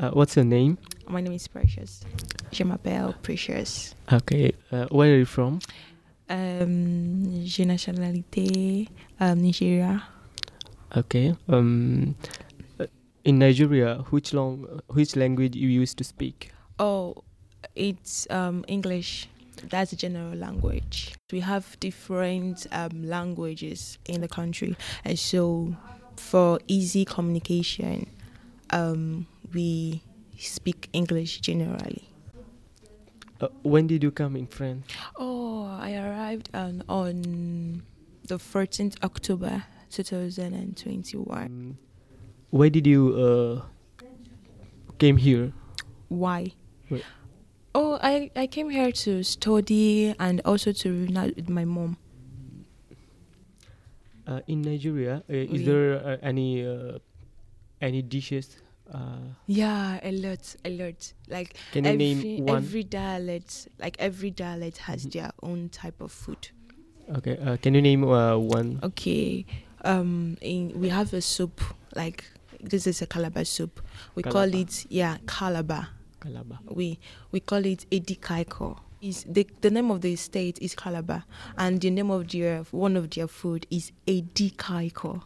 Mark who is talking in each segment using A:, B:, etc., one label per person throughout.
A: Uh, What's your name?
B: My name is Precious. Je m'appelle Precious.
A: Okay. Uh, where are you from?
B: Um, j'ai nationalité um, Nigeria.
A: Okay. Um, uh, in Nigeria, which long which language you used to speak?
B: Oh, it's um, English. That's the general language. We have different um, languages in the country, and so for easy communication, um, we speak English generally.
A: Uh, when did you come in France?
B: Oh, I arrived on, on the 13th October 2021.
A: Um, why did you uh, came here?
B: Why?
A: Wait.
B: Oh, I, I came here to study and also to reunite with my mom.
A: Uh, in Nigeria, uh, is
B: Oui.
A: there uh, any uh, any dishes? Uh,
B: Yeah, a lot, a lot. Like
A: can you
B: every,
A: name one?
B: every dialect, like every dialect has
A: Mhm.
B: their own type of food.
A: okay. Uh, can you name uh, one?
B: Okay, um, in, we have a soup. Like this is a calabar soup. We call
A: Calabar.
B: it yeah calabar.
A: Calabar.
B: We we call it edikaiko. Is the the name of the state is Calabar, and the name of their one of their food is edikaiko.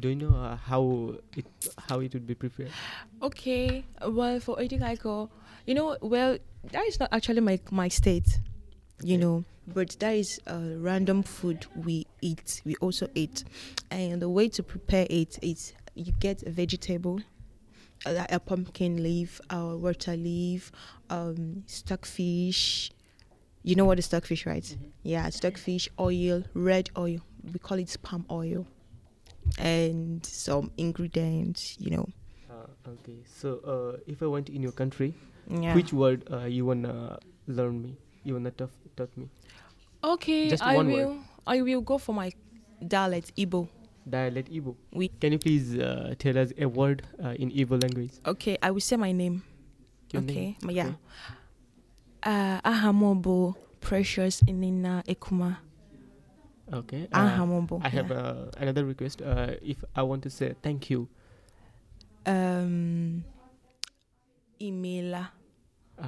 A: Do you know uh, how it how it would be prepared?
B: Okay, well, for Oedigaiko, you know, well, that is not actually my my state, you
A: Okay.
B: know, but that is a random food we eat. We also eat, and the way to prepare it is you get a vegetable, uh, like a pumpkin leaf, a water leaf, um, stockfish. You know what is stockfish, right?
A: Mm-hmm.
B: Yeah, stockfish, oil, red oil. We call it palm oil, and some ingredients. You know.
A: Uh, okay. So uh, if I went in your country,
B: Yeah.
A: which word uh, you wanna learn me? You wanna tough, taught me
B: Okay,
A: Just
B: I
A: one word.
B: will. I will go for my dialect Igbo.
A: dialect Igbo.
B: Oui.
A: Can you please uh, tell us a word uh, in Igbo language?
B: Okay, I will say my name.
A: Your name.
B: okay, my- yeah.
A: Okay.
B: Uh, Ahamobo Precious Inina Ekuma.
A: Okay. uh,
B: Ahamobo.
A: I have
B: Ah, yeah.
A: uh, another request. Uh, if I want to say thank you,
B: um, Imela.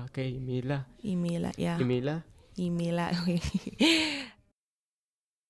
A: okay, Mila,
B: Imela. Yeah.
A: Emila,
B: Imela.